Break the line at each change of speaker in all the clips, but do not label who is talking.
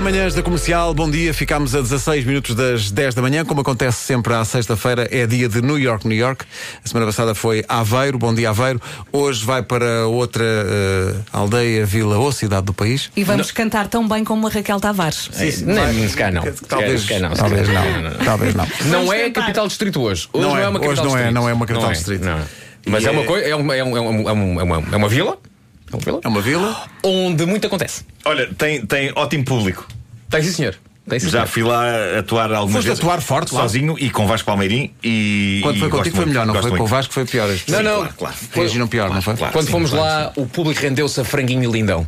Manhãs da Comercial, bom dia. Ficámos a 16 minutos das 10 da manhã. Como acontece sempre à sexta-feira, é dia de New York, New York. A semana passada foi Aveiro, bom dia Aveiro. Hoje vai para outra eh, aldeia, vila ou cidade do país.
E vamos cantar tão bem como a Raquel Tavares.
Não, se calhar não.
Talvez,
Se calhar não. se calhar
talvez não. Talvez não.
Não
Vamos
é
tentar.
capital distrito hoje. Hoje
Não
não,
é.
é uma
Hoje
capital
não é-
distrito.
não é uma capital distrito.
não. Mas
E
é uma
é-
coisa, é, um- é um- é um- é um- é uma, é uma vila. É uma vila.
É uma vila.
Onde muito acontece.
Olha, tem, tem ótimo público.
Tem sim, senhor. Tem sim,
Já
senhor.
fui lá atuar algumas
Foste
vezes.
atuar forte lá?
Sozinho e com Vasco Palmeirim e.
Quando foi contigo
e gosto
foi
muito,
melhor, não
gosto
foi? Com o
muito.
Vasco foi pior.
Não, não.
Claro, claro.
Reagiram pior, não foi?
claro.
Quando
sim,
fomos
claro,
lá, o público rendeu-se a franguinho e lindão.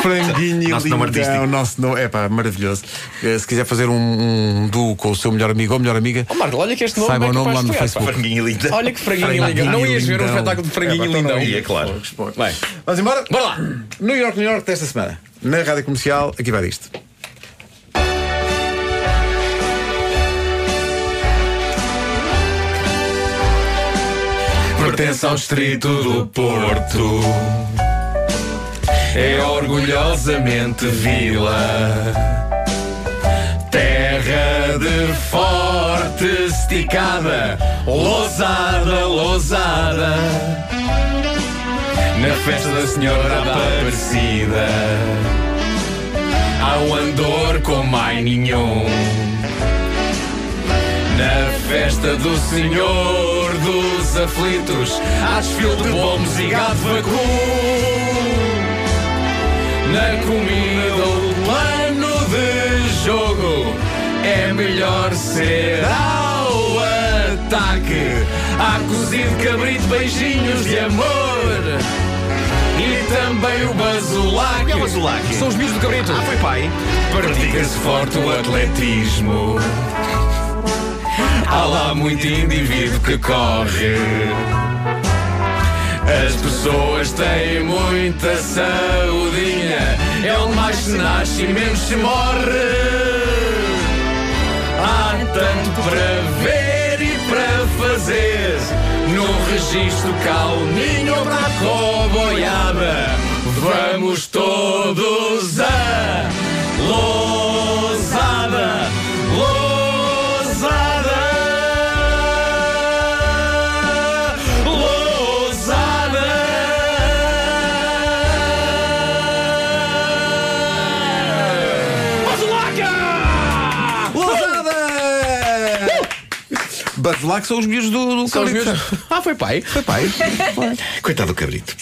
Franguinho
Nosso nome
lindão,
artístico.
nosso nome, é pá, maravilhoso. Eh, Se quiser fazer um, um duo com o seu melhor amigo ou melhor amiga,
Oh, Marco, olha que este nome
saiba
é
o nome
capaz
lá
de
no
pegar, pá.
Facebook.
Franguinho e linda.
Olha que franguinho e lindão. Não ias ver um
Lindão.
espetáculo de franguinho
É,
e
então não
lindão.
ia, claro.
Bem,
Vamos embora?
bora lá.
New York, New York desta semana. Na rádio comercial, aqui vai disto.
Pertence ao distrito do Porto. É orgulhosamente vila. Terra de forte esticada, lousada, lousada. Na festa da Senhora Aparecida, há um andor com mais nenhum. Na festa do Senhor dos Aflitos, há desfile de bombos e gado vacu. Na comida, o plano de jogo é melhor ser ao ataque. Há cozido cabrito, beijinhos de amor. E também o basulaque.
que é o basulaque?
São os miúdos do cabrito.
Foi pai.
Pratica-se forte o atletismo. Há lá muito indivíduo que corre. As pessoas têm muita saudinha. É onde mais se nasce e menos se morre. Há tanto para ver e para fazer. No registro calminho para a coboiaba. Vamos todos a Lousada. Lousada. Lousada. Basulaca!
Lousada! Basulac são os miúdos do, do
São os
Cabrito.
miúdos. Ah, foi pai. Foi pai.
Coitado do cabrito.